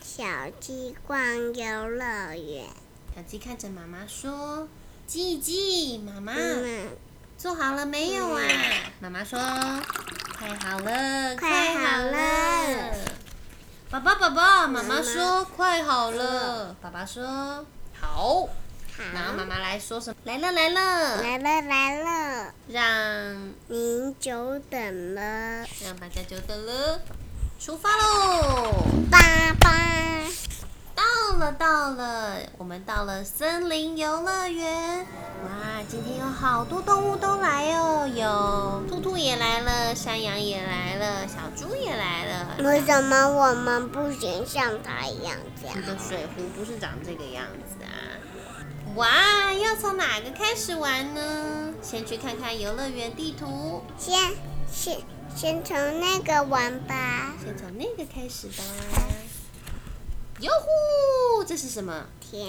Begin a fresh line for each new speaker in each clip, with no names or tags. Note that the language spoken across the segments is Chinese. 小鸡逛游乐园。
小鸡看着妈妈说：“鸡鸡，妈妈
嗯，
做好了没有啊？”妈妈说：“快好了，
快好了。”
爸爸，爸爸，妈妈
妈
说：“快好
嗯
了。”爸爸说：“好。”然
好
后妈，妈来说什么？来了，来了，
嗯来了来了，
让
您久等了，
让大家久等了，出发喽！
爸爸。
到了，到了，我们到了森林游乐园。哇，今天有好多动物都来哦，有兔兔也来了，山羊也来了，小猪也来了。
为什么我们不行像他一样这样
你？的水壶不是长这个样子啊？哇，要从哪个开始玩呢？先去看看游乐园地图，
先先先从那个玩吧，
先从那个开始吧。哟呼，这是什么？
天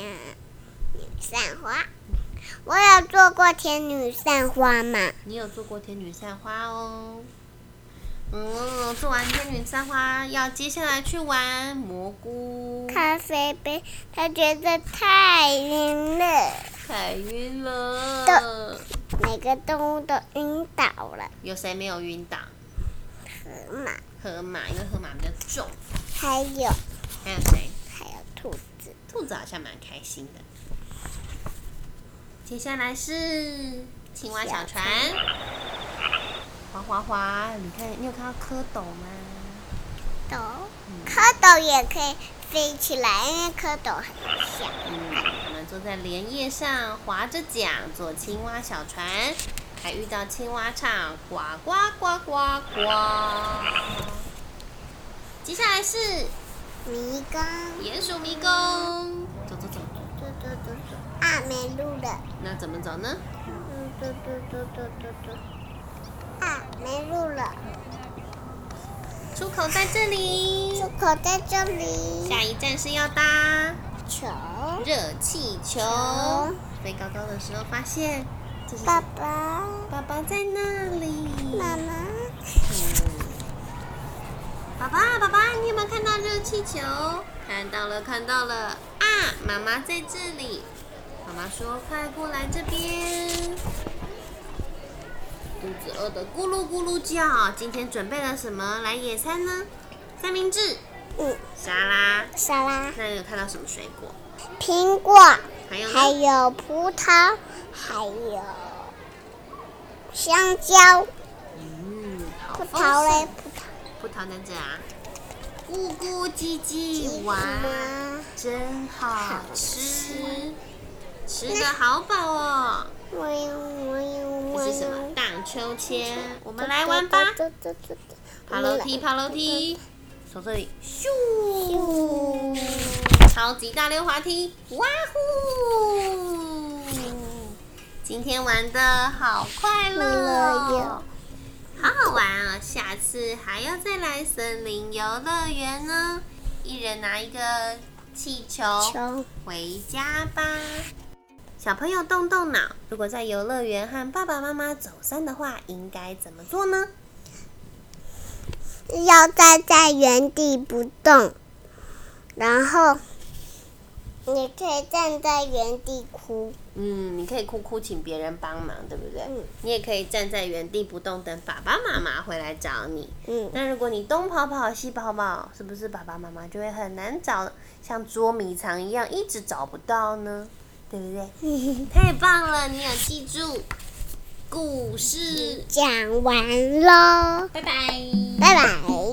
女散花。我有做过天女散花嘛？
你有做过天女散花哦。嗯，做完天女散花，要接下来去玩蘑菇。
咖啡杯，他觉得太晕了，
太晕了
的，每个动物都晕倒了。
有谁没有晕倒？
河马，
河马，因为河马比较重。
还有
还有谁？
还有兔子，
兔子好像蛮开心的。接下来是青蛙小船，哗哗哗！你看，你有看到蝌蚪吗？
都蝌蚪也可以飞起来，因为蝌蚪很小。
嗯，我们坐在莲叶上，划着桨，坐青蛙小船，还遇到青蛙唱呱呱呱呱呱。接下来是
迷宫，
鼹鼠迷宫，走走走，
嘟嘟嘟嘟，啊，没路了。
那怎么走呢？
嘟嘟嘟嘟嘟嘟。啊，没路了，
出口在这里
出，口在这里。
下一站是要搭
球，
热气
球。
球飞高高的时候发现，这是
爸爸，
爸爸在那里。
妈妈，
爸爸，爸爸，你有没有看到热气球？看到了，看到了啊！妈妈在这里。妈妈说：“快过来这边。”肚子饿得咕噜咕噜叫。今天准备了什么来野餐呢？三明治、
嗯，
沙拉。
沙拉，
那有看到什么水果？
苹果，
还有呢
还有葡萄，还有香蕉，
嗯，好
葡
丰
萄
盛
嘞，葡萄，
葡萄在这啊，咕咕
橘
唧唧，
子
哇，
吗？
真好吃，吃的好饱哦。
我有，我有，我
这是什么？
有。
荡秋千，我们来玩吧。
嘟嘟嘟嘟。
爬楼梯，爬楼梯，从这里咻，超级大溜滑梯，哇呼！今天玩的好快乐哦，好好玩啊、下次还要再来森林游乐园呢，一人拿一个气球
球。
回家吧。小朋友动动脑，如果在游乐园和爸爸妈妈走散的话，应该怎么做呢？
要站在原地不动，然后你可以站在原地哭。
嗯，你可以哭哭，请别人帮忙，对不对？
嗯
你也可以站在原地不动，等爸爸妈妈回来找你。
嗯，
那如果你东跑跑西跑跑，是不是爸爸妈妈就会很难找，像捉迷藏一样一直找不到呢？对不对？ 太棒了，你有记住故事，
讲完喽，
拜拜。
拜拜。